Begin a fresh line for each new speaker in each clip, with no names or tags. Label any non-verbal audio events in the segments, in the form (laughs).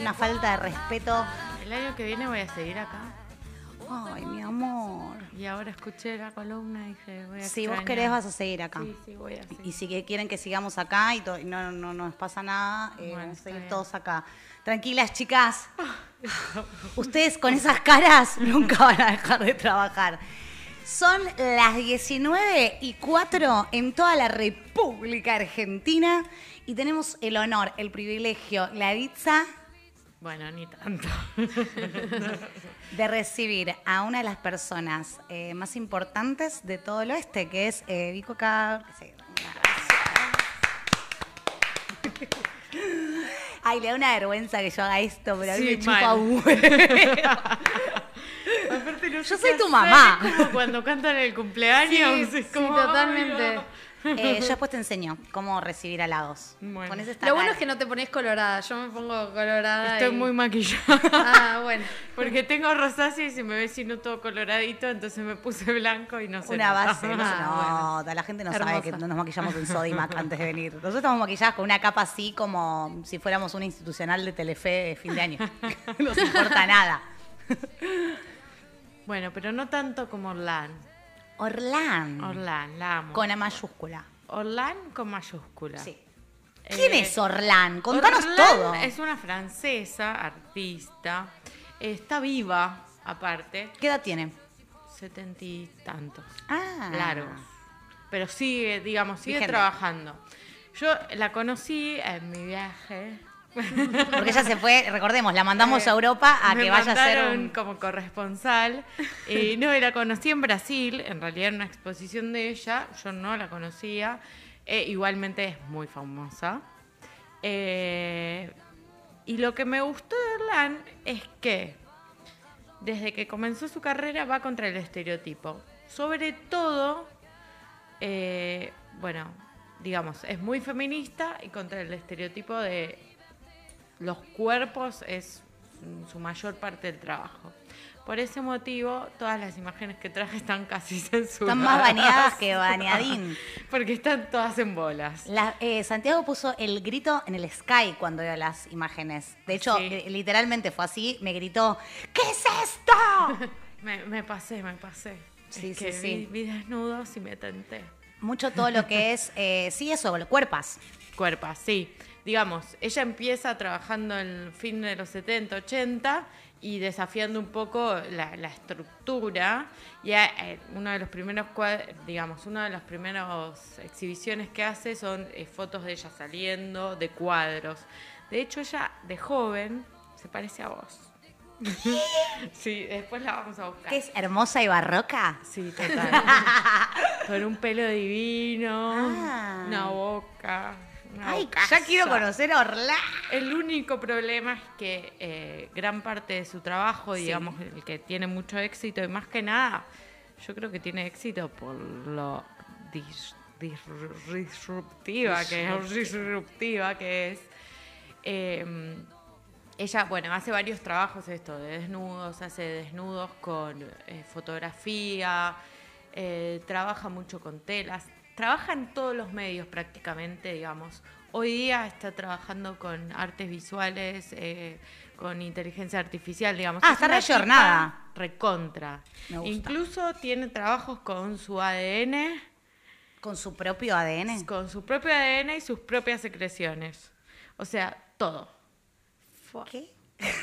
Una falta de respeto.
El año que viene voy a seguir acá.
Ay, mi amor.
Y ahora escuché la columna y dije, voy a
Si vos
extrañar.
querés vas a seguir acá.
Sí, sí, voy a seguir.
Y si que- quieren que sigamos acá y, to- y no, no- no nos pasa nada, eh,
Bueno,
vamos a
está
seguir
bien.
todos acá. Tranquilas, chicas.
(laughs)
Ustedes con esas caras (laughs) nunca van a dejar de trabajar. Son las 19 y 4 en toda la República Argentina y tenemos el honor, el privilegio, la dicha
Bueno, ni tanto.
de recibir a una de las personas eh, más importantes de todo el oeste, que es eh, Vico Cab- sí, una- Ay, le da una vergüenza que yo haga esto, pero a mí
Sí,
me chupa
(laughs) mal.
un
Aparte, no
Yo
sé
soy
qué
tu
hacer,
mamá.
es como cuando cantan el cumpleaños.
Sí,
es
sí,
como,
totalmente.
"Ay, no".
Eh, yo después te enseño cómo recibir halagos.
Bueno.
Pones esta
Lo bueno
cara.
es que no te pones colorada. Yo me pongo colorada.
Estoy
y- (laughs)
muy maquillada.
(laughs)
Ah, bueno.
Porque tengo rosácea y se me ve sino todo coloradito, entonces me puse blanco y no sé.
Una base, no se
Ah,
nota. La gente no sabe
Hermosa.
que no nos maquillamos
(laughs)
en Sodimac antes de venir. Nosotros estamos maquilladas con una capa así como si fuéramos un institucional de Telefe de fin de
(laughs)
año. (laughs) no nos importa nada.
Bueno, pero no tanto como Orlán.
Orlán.
Orlán, la amo.
Con A mayúscula.
Orlán con mayúscula.
Sí. ¿Quién
Eh,
es Orlán? Contanos
Orlán
todo.
Es una francesa, artista. Está viva, aparte.
¿Qué edad tiene?
Setenta y tantos.
Ah.
largos. Pero sigue, digamos, sigue
Vigente.
trabajando. Yo la conocí en mi viaje.
Porque ella se fue, recordemos, la mandamos a Europa a
Eh, Me
que vaya a ser
mandaron
un...
como corresponsal. Y no, la conocí en Brasil, en realidad en una exposición de ella, yo no la conocía. Eh, igualmente es muy famosa. Eh, y lo que me gustó de Erlan es que desde que comenzó su carrera va contra el estereotipo. Sobre todo, eh, bueno, digamos, es muy feminista y contra el estereotipo de los cuerpos es su mayor parte del trabajo. Por ese motivo, todas las imágenes que traje están casi (laughs) censuradas.
Están más baneadas que baneadín.
(laughs) Porque están todas en bolas.
La- eh, Santiago puso el grito en el sky cuando vio las imágenes. De hecho,
Sí.
eh, literalmente fue así, me gritó, ¿qué es
(laughs)
esto?
Me, me pasé, me pasé.
Sí,
Es que
sí, sí.
Vi, vi desnudos y me tenté.
Mucho todo lo que es, eh, sí, eso, cuerpas.
Cuerpa, sí. Digamos, ella empieza trabajando en el fin de los 70, 80 y desafiando un poco la, la estructura. Y a- eh, uno de los primeros cuad- digamos, una de las primeras exhibiciones que hace son eh, fotos de ella saliendo de cuadros. De hecho, ella de joven se parece a vos. (laughs) sí, después la vamos a buscar.
¿Qué es hermosa y barroca?
Sí, total.
(laughs)
Con un pelo divino,
Ah.
una boca. una
Ay, ya
bocaza.
quiero conocer a Orlán.
El único problema es que eh, gran parte de su trabajo,
Sí.
digamos, el que tiene mucho éxito, y más que nada, yo creo que tiene éxito por lo dis- dis- disruptiva, que es, disruptiva que es. Eh, ella, bueno, hace varios trabajos esto, de desnudos, hace desnudos con eh, fotografía, eh, trabaja mucho con telas, trabaja en todos los medios prácticamente, digamos. Hoy día está trabajando con artes visuales, eh, con inteligencia artificial, digamos.
Ah,
Es
está
una
re
tipa
jornada.
Recontra.
Me gusta.
Incluso tiene trabajos con su ADN,
Con su propio ADN.
con su propio ADN y sus propias secreciones. O sea, todo. Fua.
¿Qué?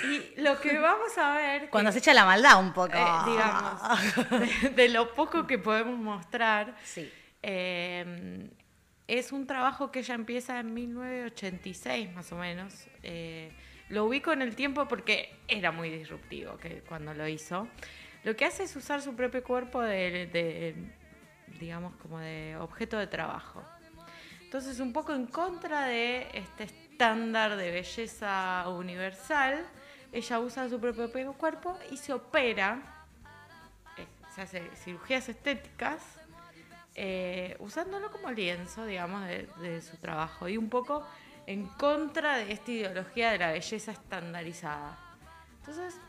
Y lo
(laughs)
que vamos a ver,
Cuando se
que,
echa la maldad un poco.
eh, digamos, de, de lo poco que podemos mostrar,
Sí.
eh, es un trabajo que ya empieza en 1986 más o menos. Eh, lo ubico en el tiempo porque era muy disruptivo que, cuando lo hizo. Lo que hace es usar su propio cuerpo de, de, digamos, como de objeto de trabajo. Entonces, un poco en contra de este estándar de belleza universal, ella usa su propio pe- cuerpo y se opera, eh, se hace cirugías estéticas, eh, usándolo como lienzo, digamos, de, de su trabajo y un poco en contra de esta ideología de la belleza estandarizada. Entonces,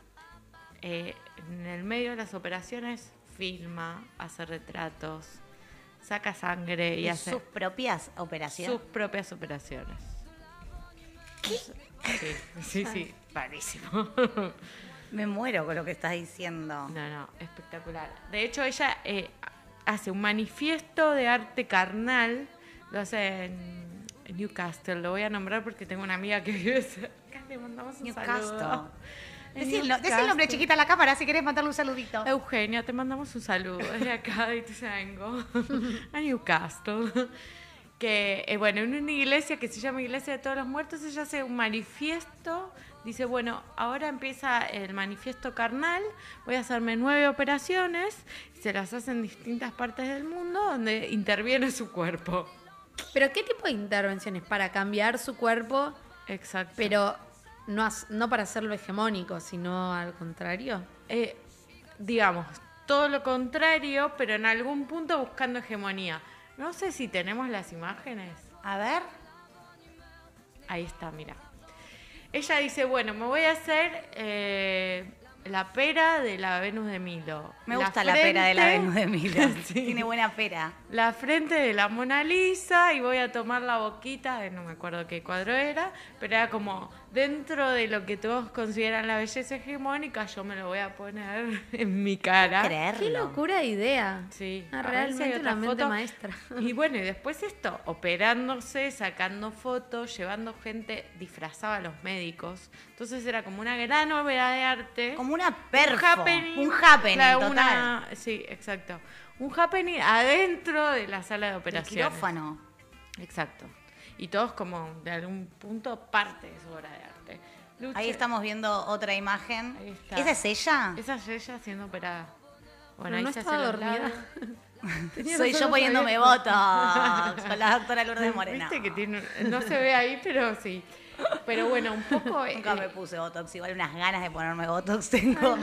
eh, en el medio de las operaciones filma, hace retratos, saca sangre y
Y
hace
sus propias
sus
operaciones.
propias operaciones. Sí, sí, (laughs) sí, rarísimo.
Me muero con lo que estás diciendo.
No, no, espectacular. De hecho, ella eh, hace un manifiesto de arte carnal, lo hace en Newcastle, lo voy a nombrar porque tengo una amiga que vive cerca, le mandamos un
Newcastle.
saludo. En
Decí el, no- decí el nombre
Newcastle.
chiquita a la cámara si querés mandarle un saludito.
Eugenia, te mandamos un saludo desde acá de Ituzaingó (laughs) a Newcastle. Que, eh, bueno, en una iglesia que se llama Iglesia de Todos los Muertos, ella hace un manifiesto. Dice, bueno, ahora empieza el manifiesto carnal, voy a hacerme nueve operaciones. Se las hace en distintas partes del mundo donde interviene su cuerpo.
Pero ¿qué tipo de intervenciones? Para cambiar su cuerpo,
Exacto.
pero no, as- no para hacerlo hegemónico, sino al contrario.
eh, digamos, todo lo contrario, pero en algún punto buscando hegemonía. No sé si tenemos las imágenes.
A ver.
Ahí está, mira. Ella dice, bueno, me voy a hacer eh, la pera de la Venus de Milo.
Me gusta la pera de la
frente-
Venus
(laughs)
de Milo.
Sí.
Tiene buena pera.
La frente de la Mona Lisa y voy a tomar la boquita de no me acuerdo qué cuadro era, pero era como dentro de lo que todos consideran la belleza hegemónica, yo me lo voy a poner (laughs) en mi cara.
Creerlo.
Qué locura de idea.
Sí,
Ah,
a ver si hay
realmente
otra
una mente
foto.
maestra.
Y bueno, y después esto, operándose, sacando fotos, llevando gente disfrazada a los médicos. Entonces era como una gran obra de arte.
Como una perfo.
¿eh? Un happening.
Un happening,
Claro,
total.
una- sí, exacto. Un happening adentro de la sala de
El
operaciones.
quirófano.
Exacto. Y todos como de algún punto parte de su obra de arte. Luche-
Ahí estamos viendo otra imagen.
Ahí está.
¿Esa es ella?
Esa es ella siendo operada.
Pero
ahí
no
se hace
estaba
los
dormida.
labios. Tenía
Soy
los
yo
ojos
poniéndome
abiertos. (laughs)
botox con la doctora Lourdes Moreno.
Viste que tiene, no se ve ahí, pero sí. Pero bueno, un poco. eh,
Nunca me puse botox, igual unas ganas de ponerme botox (laughs) tengo.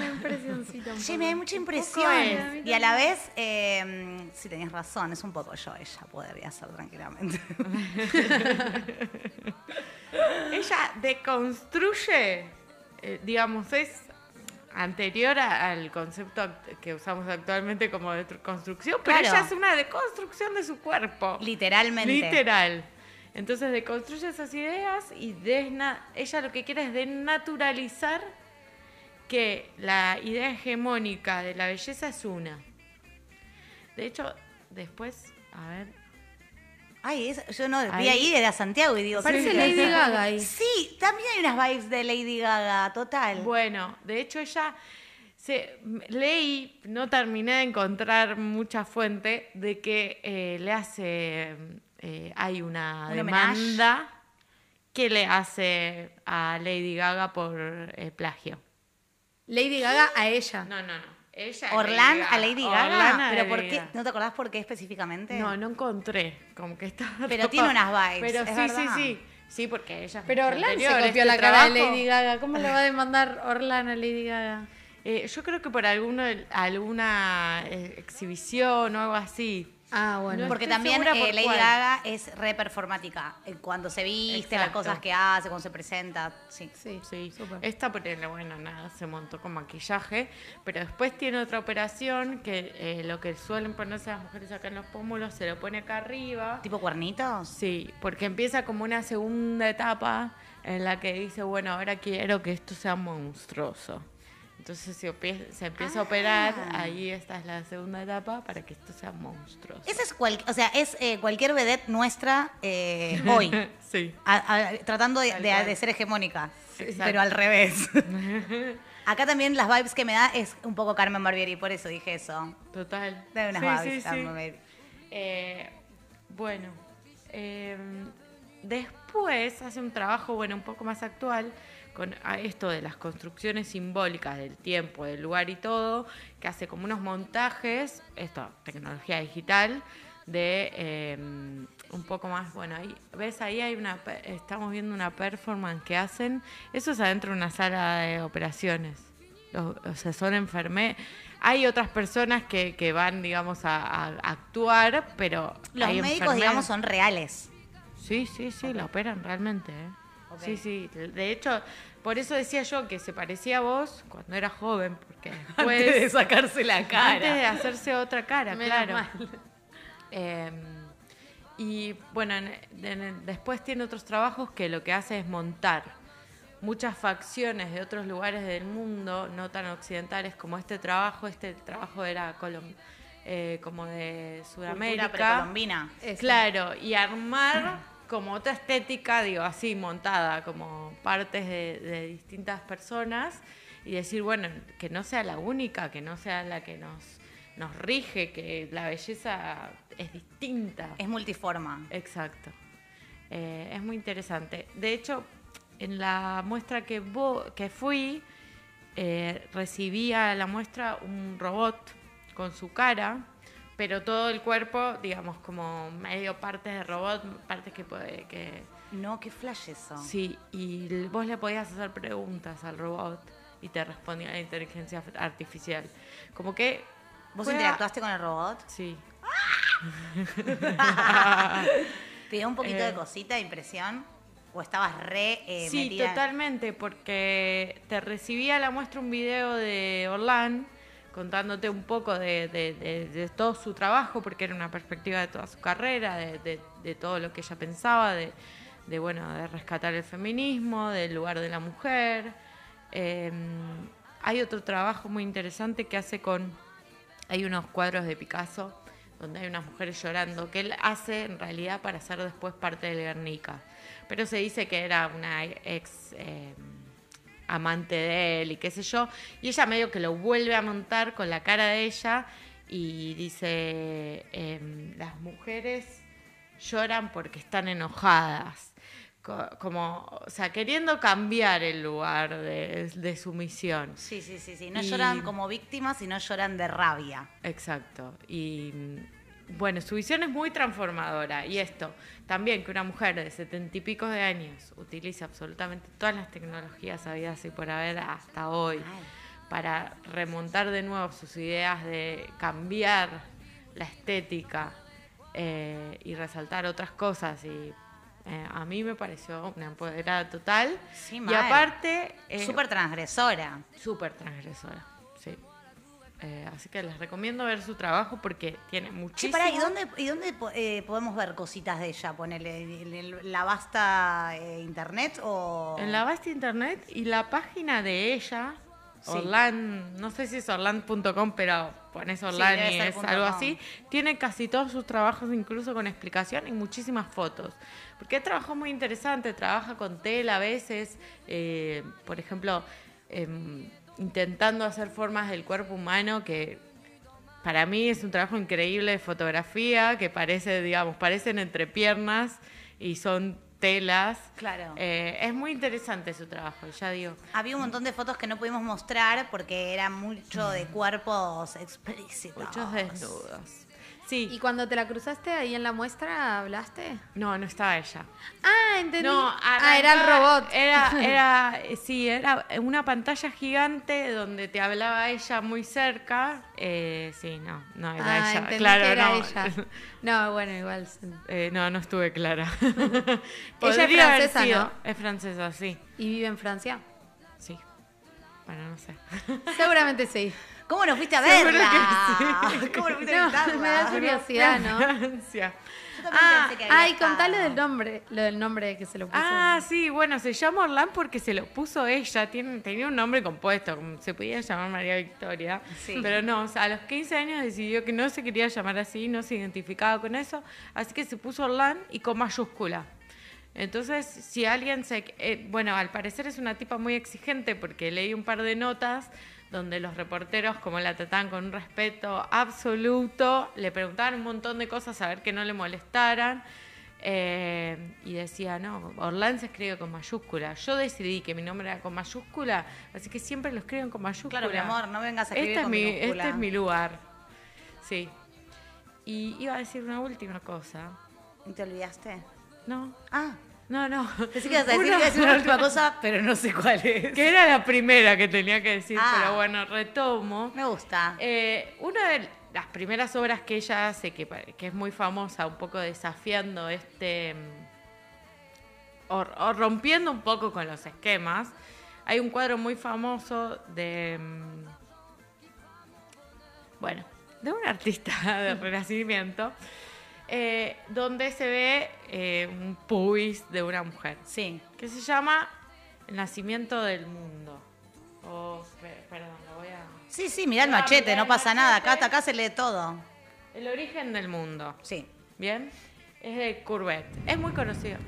Sí, me da mucha impresión.
es.
Y a la vez, eh, sí, tenías razón, es un poco yo, ella podría ser
(laughs)
tranquilamente.
eh, ella deconstruye, eh, digamos, es anterior a- al concepto act- que usamos actualmente como de tru- construcción, pero
Claro.
ella hace una deconstrucción de su cuerpo.
Literalmente.
Oh. Literal. Entonces deconstruye esas ideas y desna ella lo que quiere es desnaturalizar que la idea hegemónica de la belleza es una. De hecho, después, a ver.
Ay, es- yo no, vi
Ahí.
ahí de la Santiago y digo...
Parece
sí,
Lady Gaga ahí.
(laughs)
Sí, también hay unas vibes de Lady Gaga, total.
Bueno, de hecho ella se, leí, no terminé de encontrar mucha fuente de que eh, le hace, eh, hay una
Un homenaje.
demanda que le hace a Lady Gaga por eh, plagio.
Lady Gaga a ella.
No, no, no. Ella a
Orlán a Lady Gaga,
Orlán a
pero
Lady
¿por qué?
Gaga.
¿No te acordás por qué específicamente?
No, no encontré. Como que está.
Pero tiene unas vibes,
Pero
es
sí, sí,
verdad.
sí. Sí, porque ella. es
Pero
mucho
Orlán se
anterior a
copió
este
la cara de
trabajo.
Lady Gaga. ¿Cómo le va a demandar Orlán a Lady Gaga?
Eh, yo creo que por alguno, alguna eh, exhibición o algo así.
Ah, bueno.
No
Porque
estoy
también
segura
eh,
por
Lady
cuál.
Gaga es re performática. eh, Cuando se viste, las
Exacto.
cosas que hace, cuando se presenta. Sí.
Sí,
Sí,
súper.
esta por el- bueno, nada, se montó con maquillaje, pero después tiene otra operación que eh, lo que suelen ponerse las mujeres acá en los pómulos se lo pone acá arriba.
¿Tipo cuernitos?
Sí, porque empieza como una segunda etapa en la que dice, bueno, ahora quiero que esto sea monstruoso. Entonces se, opie- se empieza a operar,
Ah.
ahí esta es la segunda etapa para que esto sea monstruoso. (laughs)
Esa es, cual, o sea, es eh, cualquier vedette nuestra eh,
(laughs)
hoy.
Sí.
a- a- tratando de,
Tal
de-
cual.
de ser hegemónica.
Exacto.
Pero al
(laughs)
revés. Acá también las vibes que me da es un poco Carmen Barbieri, por eso dije eso.
Total.
Da unas
Sí,
vibes,
sí, sí.
Carmen Barbieri.
Eh, bueno, eh, después hace un trabajo, bueno, un poco más actual con a esto de las construcciones simbólicas del tiempo, del lugar y todo, que hace como unos montajes, esto, tecnología digital, de eh, un poco más, bueno, ahí, ves, ahí hay una, pe- estamos viendo una performance que hacen, eso es adentro de una sala de operaciones. Los- O sea, son enfermeros. Hay otras personas que, que van, digamos, a, a actuar, pero.
Los
hay
médicos,
enfermeras-
digamos, son reales.
Sí, sí, sí, la operan realmente. ¿eh?
Ok.
Sí, sí. De hecho, por eso decía yo que se parecía a vos cuando era joven,
(laughs)
porque después.
sacarse la
Antes de hacerse otra cara, (laughs)
Menos
claro.
mal.
Eh, y bueno, en- en- después tiene otros trabajos que lo que hace es montar muchas facciones de otros lugares del mundo, no tan occidentales como este trabajo. Este trabajo era colom- eh, como de
Cultura
Sudamérica.
precolombina.
Eso.
Claro, y armar como otra estética, digo, así montada, como partes de, de distintas personas y decir, bueno, que no sea la única, que no sea la que nos, nos rige, que la belleza es distinta.
Es multiforma.
Exacto. Eh, es muy interesante. De hecho, en la muestra que, vo- que fui, eh, recibí a la muestra un robot con su cara, pero todo el cuerpo, digamos, como medio partes de robot, partes que puede... Que,
No, qué flash eso.
sí, y l- vos le podías hacer preguntas al robot y te respondía la inteligencia artificial. Como que...
¿Vos
juega-
interactuaste con el robot?
Sí,
¿Te dio un poquito
Eh.
de cosita, de impresión? ¿O estabas re eh,
sí,
metida?
totalmente, porque te recibía la muestra un video de Orlán contándote un poco de, de- de- de todo su trabajo, porque era una perspectiva de toda su carrera, de, de- de todo lo que ella pensaba, de, de, bueno, de rescatar el feminismo, del lugar de la mujer. Eh, hay otro trabajo muy interesante que hace con, hay unos cuadros de Picasso donde hay unas mujeres llorando, que él hace en realidad para ser después parte del Guernica. Pero se dice que era una ex eh, amante de él y qué sé yo, y ella medio que lo vuelve a montar con la cara de ella y dice, em, las mujeres lloran porque están enojadas. Co- Como, o sea, queriendo cambiar el lugar de, de su misión.
Sí, sí, sí, sí. No
Y-
lloran como víctimas, sino lloran de rabia.
Exacto. Y mm, bueno, su visión es muy transformadora. Y esto, también que una mujer de setenta y pico de años utiliza absolutamente todas las tecnologías habidas y por haber hasta hoy
Ay.
para remontar de nuevo sus ideas de cambiar la estética eh, y resaltar otras cosas. Y eh, a mí me pareció una empoderada total.
Sí,
y
mal.
aparte... eh,
Súper transgresora.
súper transgresora, sí. Eh, así que les recomiendo ver su trabajo porque tiene
Che,
muchísimo.
pará, ¿y dónde, y dónde po- eh, podemos ver cositas de ella? ¿Ponele en el- la vasta eh, internet o...?
En la vasta internet y la página de ella,
Sí.
Orlan, no sé si es orlan.com, pero pones Orlan
debe
y
ser
es
punto
algo
com.
así. Tiene casi todos sus trabajos, incluso con explicación y muchísimas fotos. Porque es trabajo muy interesante, trabaja con tela a veces, eh, por ejemplo, em, intentando hacer formas del cuerpo humano que Para mí es un trabajo increíble de fotografía que parece, digamos, parecen entrepiernas y son telas.
Claro.
Eh, es muy interesante su trabajo, ya digo.
Había un montón de fotos que no pudimos mostrar porque era mucho
Mm.
de cuerpos explícitos.
Muchos desnudos. Sí.
¿Y cuando te la cruzaste ahí en la muestra, hablaste?
No, no estaba ella.
Ah, entendí.
No,
ah, era el
arrancaba-
robot. (laughs)
Era, era, eh, sí, era una pantalla gigante donde te hablaba ella muy cerca. Eh, sí, no, no era
ah,
ella.
entendí
claro,
que era
(laughs) no.
ella. No, bueno, igual. sí.
Eh, no, no estuve clara. (laughs)
Ella es
haber
francesa,
sido-
¿no?
Es francesa, sí.
¿Y vive en Francia?
Sí. Bueno, no sé.
Seguramente sí.
(laughs) ¿Cómo no fuiste a
Seguro
verla? (laughs) ¿Cómo no
(laughs)
fuiste a
No, (laughs)
visitarla?
me da curiosidad, ¿no?
Francia.
Yo también
Ah,
pensé que había
ay, contale
estado.
del nombre, lo del nombre que se lo puso.
Ah, sí, bueno, se llama Orlán porque se lo puso ella. Tiene, tenía un nombre compuesto, como se podía llamar María Victoria.
Sí.
Pero no, o sea, a los 15 años decidió que no se quería llamar así, no se identificaba con eso. Así que se puso Orlán y con mayúscula. Entonces, si alguien se... eh, bueno, al parecer es una tipa muy exigente porque leí un par de notas donde los reporteros, como la trataban con un respeto absoluto, le preguntaban un montón de cosas a ver que no le molestaran. Eh, y decía, no, Orlán se escribe con mayúscula. Yo decidí que mi nombre era con mayúscula, así que siempre lo escriben con mayúscula.
Claro, mi amor, no vengas a escribir
Esta es
con
mi-
minúscula.
Este es mi lugar. Sí. Y iba a decir una última cosa.
¿Y ¿Te olvidaste?
No,
Ah,
no, no.
pensé que ibas a decir, que ibas a decir
(laughs)
una última cosa, pero no sé cuál es.
Que era la primera que tenía que decir,
Ah.
pero bueno, retomo.
Me gusta.
Eh, una de las primeras obras que ella hace, que, pa- que es muy famosa, un poco desafiando este. mm, O, o rompiendo un poco con los esquemas, hay un cuadro muy famoso de. mm, (laughs) Bueno, de un artista de renacimiento eh, donde se ve eh, un pubis de una mujer,
Sí.
que se llama El nacimiento del mundo. O, pe- perdón, lo voy a...
Sí, sí, mirá el
Ah,
machete,
mirá
no
el
pasa nada. Acá,
machete.
acá se lee todo.
El origen del mundo,
Sí.
¿bien? Es de Courbet. Es muy conocido.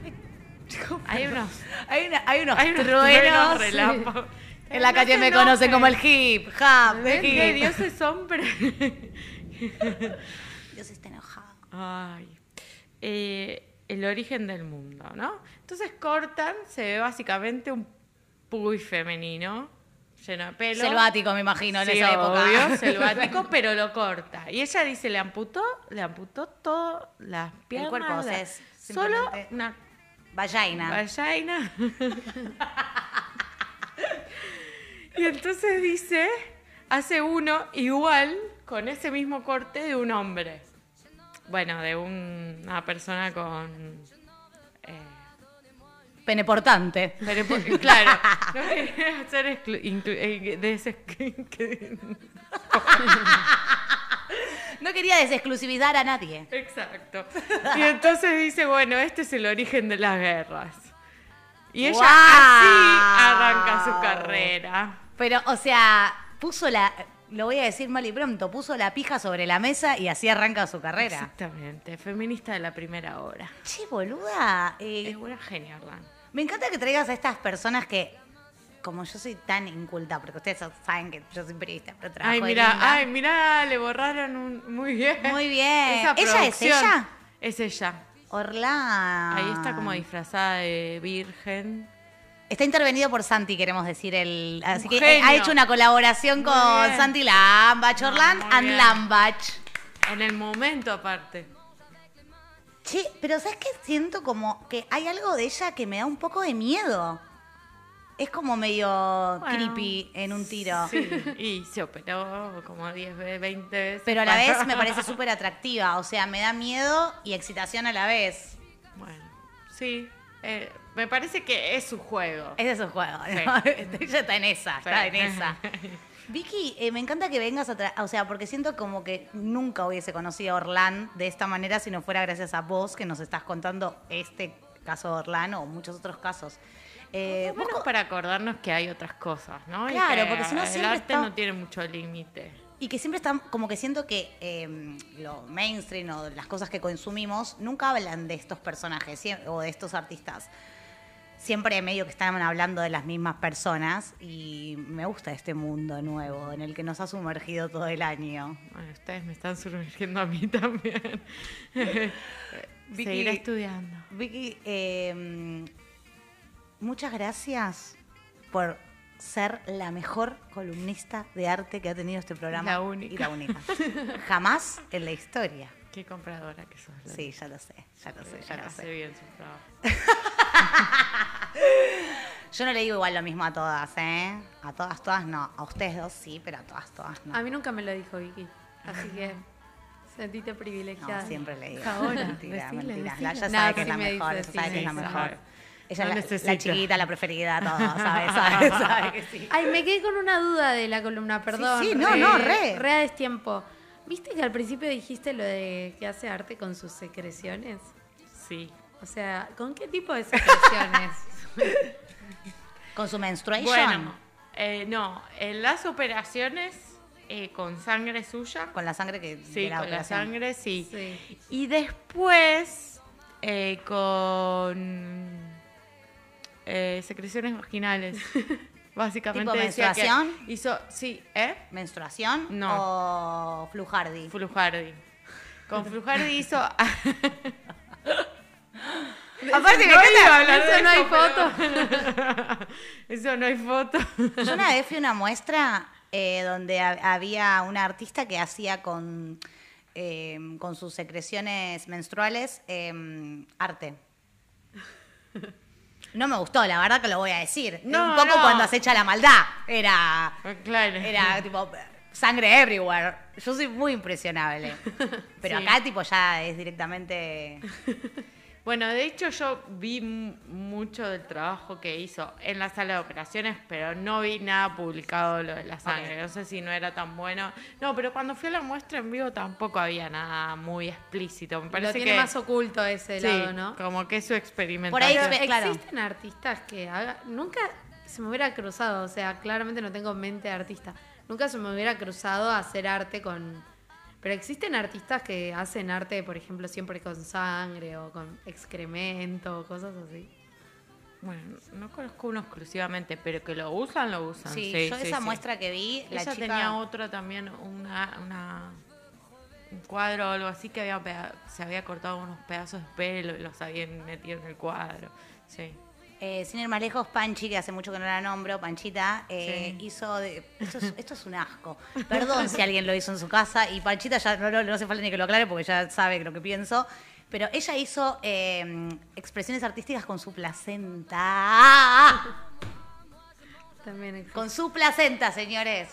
Hay unos,
Hay, una- hay unos
hay unos
truenos.
truenos, relámpagos.
(laughs) En la calle
No
me
se
conocen
enojen.
como el hip, hop,
¿Ven que
hip.
dioses son? Pero-
Dios está enojado.
Ay. Eh, el origen del mundo, ¿no? Entonces cortan, se ve básicamente un puy femenino lleno de pelo.
Selvático, me imagino, en
Sí,
esa
obvio,
(laughs) época.
selvático, pero lo corta. Y ella dice, le amputó, le amputó todas las piernas.
cuerpo, o sea,
la-
es
solo
simplemente-
una
Vallaina.
Vallaina. y entonces dice, hace uno igual con ese mismo corte de un hombre. Bueno, de un- una persona con... eh,
Peneportante.
pero po- claro, no quería hacer exclu- inclu- eh, de ese... (laughs) que-
No quería desexclusividad a nadie.
Exacto. Y entonces dice, bueno, este es el origen de las guerras. Y ella
¡Guau!
así arranca su carrera.
Pero, o sea, puso la. Lo voy a decir mal y pronto, puso la pija sobre la mesa y así arranca su carrera.
Exactamente, feminista de la primera hora.
Che, boluda. eh,
Es una genia, ¿verdad?
Me encanta que traigas a estas personas que, como yo soy tan inculta, porque ustedes saben que yo soy periodista, pero trabajo
Ay,
de
mira,
linda.
ay, mira, le borraron un muy bien.
Muy bien.
Esa
¿Ella es
producción.
ella? Ah.
Es ella.
Orlán.
Ahí está como disfrazada de virgen.
Está intervenido por Santi, queremos decir. El, así
Un
que eh,
genio.
ha hecho una colaboración
Muy
con
bien.
Santi Lambach, Orlán
Muy
and
bien.
Lambach.
En el momento aparte.
Che, pero ¿sabes qué? Siento como que hay algo de ella que me da un poco de miedo. Es como medio
Bueno,
creepy en un tiro.
Sí, y se operó como 10 veces, 20 veces.
Pero a la
para-
vez me parece súper atractiva. O sea, me da miedo y excitación a la vez.
(laughs) Bueno, sí. eh, me parece que es su juego.
Ese es un juego. ¿no? (laughs) Ella está en esa, está en esa. Vicky, eh, me encanta que vengas a tra- O sea, porque siento como que nunca hubiese conocido a Orlán de esta manera si no fuera gracias a vos que nos estás contando este caso de Orlán o muchos otros casos. Eh,
Por lo
vos
menos
co-
para acordarnos que hay otras cosas, ¿no? Y
Claro,
que
porque si no
el
siempre
arte
está-
no tiene mucho límite.
Y que siempre están, como que siento que eh, lo mainstream o las cosas que consumimos nunca hablan de estos personajes sie- o de estos artistas. Siempre medio que están hablando de las mismas personas y me gusta este mundo nuevo en el que nos ha sumergido todo el año.
Bueno, ustedes me están (laughs) surgiendo a mí también.
Vicky-
Seguir estudiando.
Vicky, eh, muchas gracias por ser la mejor columnista de arte que ha tenido este programa.
La única.
Y la única. Jamás en la historia.
Qué compradora que sos. Lola.
Sí, ya lo sé, ya lo sé, ya lo
Hace
sé.
bien su trabajo.
Yo no le digo igual lo mismo a todas, ¿eh? A todas, todas no. A ustedes dos sí, pero a todas, todas no.
A mí nunca me lo dijo Vicky. Así
(laughs)
que sentite
No,
privilegiada.
siempre le digo.
Ahora,
mentira,
decile,
mentira.
decile.
La- ya
No,
sabe que es
sí
la
me
mejor,
dice,
ya sabe
sí
que es la
me dice.
mejor.
Sabe.
Ella
No
es la- la,
necesita.
chiquita, la preferida, todo, sabe, (laughs) sabe, sabe que sí.
Ay, me quedé con una duda de la columna, perdón. Eh,
sí, no, no, re.
Re a destiempo. ¿Viste que al principio dijiste lo de que hace arte con sus secreciones?
Sí.
O sea, ¿con qué tipo de
(laughs)
secreciones?
Con su menstruation,
Bueno, eh, no, en las operaciones eh, con sangre suya.
con la sangre que
sí,
de la
con la
operación.
sangre, sí.
Sí.
Y después eh, con eh, secreciones
(laughs)
vaginales. Básicamente
¿Tipo
decía que
menstruación?
hizo, sí, ¿eh?
¿Menstruación o flujardi?
Flujardi.
(laughs)
Con Flujardi hizo.
Aparte, me
(laughs) No
encanta-
iba a hablar
eso
de
no hay
pero- (laughs) eso no hay foto. (laughs)
Yo una vez fui a una muestra eh, donde ha- había una artista que hacía con, eh, con sus secreciones menstruales eh, arte. No me gustó, la verdad que lo voy a decir.
No,
Un poco
no.
cuando acecha la maldad. Era,
Claro.
era tipo sangre everywhere. Yo soy muy impresionable. Pero
Sí.
acá tipo ya es directamente...
Bueno, de hecho yo vi m- mucho del trabajo que hizo en la sala de operaciones, pero no vi nada publicado lo de la sangre.
Ok.
No sé si no era tan bueno. No, pero cuando fui a la muestra en vivo tampoco había nada muy explícito. Me parece
Lo tiene
que
más oculto ese
Sí,
lado, ¿no?
Como que es su experimentación.
Por ahí
Pero
expe- claro.
existen artistas que haga- nunca se me hubiera cruzado, o sea, claramente no tengo mente de artista. Nunca se me hubiera cruzado a hacer arte con pero existen artistas que hacen arte, por ejemplo, siempre con sangre o con excremento o cosas así.
Bueno, no conozco uno exclusivamente, pero que lo usan, lo usan.
Sí,
Ah, Sí,
yo
sí,
esa
sí.
muestra que vi, la
Ella
chica...
tenía otra también, una, una- un cuadro o algo así que había peda- se había cortado unos pedazos de pelo y los habían metido en el cuadro. Sí.
Eh, sin ir más lejos, Panchi, que hace mucho que no la nombro, Panchita, eh,
Sí.
hizo. de- esto, es, esto es un asco. Perdón si alguien lo hizo en su casa y Panchita ya no, no, no hace falta ni que lo aclare porque ya sabe lo que pienso. Pero ella hizo eh, expresiones artísticas con su placenta.
También existe.
Con su placenta, señores.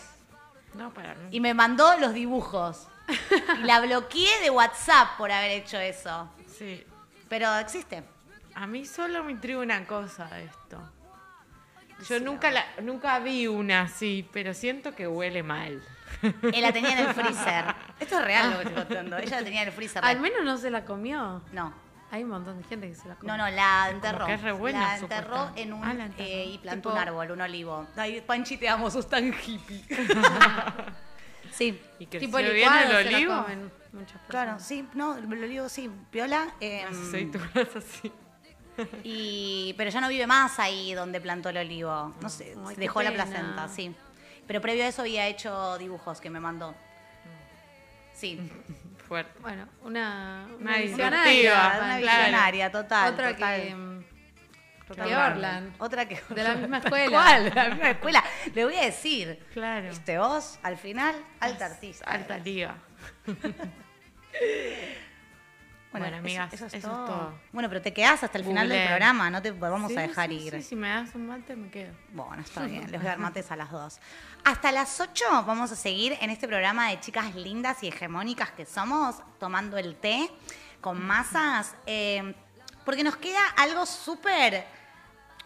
No, para mí.
Y me mandó los dibujos. Y la bloqueé de WhatsApp por haber hecho eso.
Sí.
Pero existe.
A mí solo me intriga una cosa de esto. Yo nunca, la, nunca vi una así, pero siento que huele mal.
Eh, la tenía en el freezer. Esto es real lo que estoy contando. Ella la tenía en el freezer.
Al menos no se la comió.
No.
Hay un montón de gente que se la comió.
No, no, la enterró.
que es re buena,
la enterró
supuestamente.
en un
Ah, la enterró.
eh, y plantó
Tipo-
un árbol, un olivo. Ay, Panchi, te amo, sos tan hippie. (laughs) sí.
Y creció
Tipo
bien
licuado
el
se lo
olivo.
comen muchas personas.
Claro, sí, no, el olivo sí, viola. eh,
Las (laughs) aceitunas así.
y, pero ya no vive más ahí donde plantó el olivo. No sé,
Ay,
se
qué
dejó la
pena.
placenta, sí. Pero previo a eso había hecho dibujos que me mandó. Sí,
Fuerte.
Bueno, una
Una
una
disyuntiva,
Pancho.
claro.
visionaria, total.
Otra
total.
que mm,
Total.
que Orland.
Otra que.
De la
(laughs)
misma escuela.
¿Cuál? (laughs)
(laughs)
De la misma escuela. Le voy a decir.
Claro.
Viste Este, vos, al final, alta artista. eh.
Alta liga. Bueno,
eso-
amigas, eso es todo.
Bueno, pero te quedás hasta el final del
Googleen.
programa, no te vamos
Sí,
a dejar
sí,
ir.
Sí, si me das un mate me quedo.
Bueno,
(laughs)
está bien, les voy a dar mates a las dos. Hasta las 8 vamos a seguir en este programa de chicas lindas y hegemónicas que somos, tomando el té con masas, eh, porque nos queda algo súper,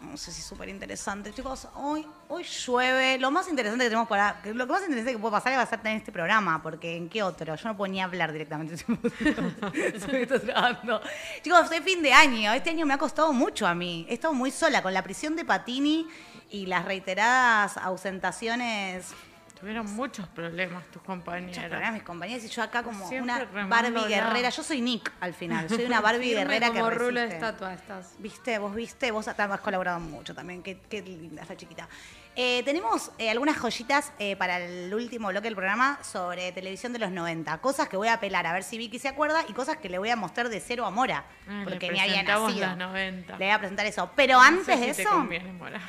no sé si súper interesante, chicos, hoy, hoy llueve, lo más interesante que tenemos para, que lo que más interesante que puede pasar va a ser tener este programa, porque ¿en qué otro? Yo no puedo ni hablar directamente, (laughs) Se me está trabando. Chicos, estoy fin de año, este año me ha costado mucho a mí, he estado muy sola con la prisión de Patini y las reiteradas ausentaciones
Tuvieron muchos problemas tus
Muchas
compañeras.
gracias, mis compañeras. Y yo acá como
Siempre
una
remando
Barbie
la-
guerrera. Yo soy Nick al final.
(laughs)
Soy una Barbie
Firme
guerrera que
como rulo de
resiste.
estatua estás.
Viste, vos viste, vos también has colaborado mucho también. Qué, qué linda esta chiquita. Eh, tenemos eh, algunas joyitas eh, para el último bloque del programa sobre televisión de los 90. Cosas que voy a apelar a ver si Vicky se acuerda y cosas que le voy a mostrar de cero a Mora.
Ah, le
porque ni había
presentamos
nacido.
los 90.
Le voy a presentar eso. Pero
No
antes
sé si
de
te
eso.
conviene, (laughs) Mora.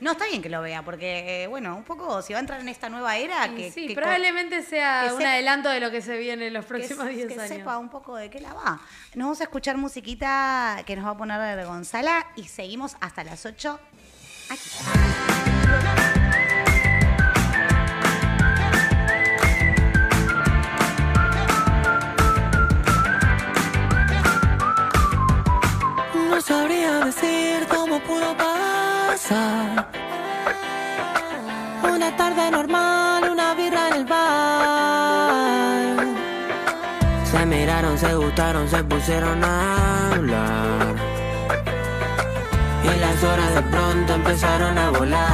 No, está bien que lo vea, porque, eh, bueno, un poco si va a entrar en esta nueva era.
Y
Ah, que,
sí,
que co-
probablemente sea
que
un
se-
adelanto de lo que se viene en los
que,
próximos
se-
10
que
años.
sepa un poco de qué la va. Nos vamos a escuchar musiquita que nos va a poner de Gonzala y seguimos hasta las 8 aquí.
No sabría decir cómo pudo pasar. Una tarde normal, una birra en el bar. Se miraron, se gustaron, se pusieron a hablar. Y las horas de pronto empezaron a volar.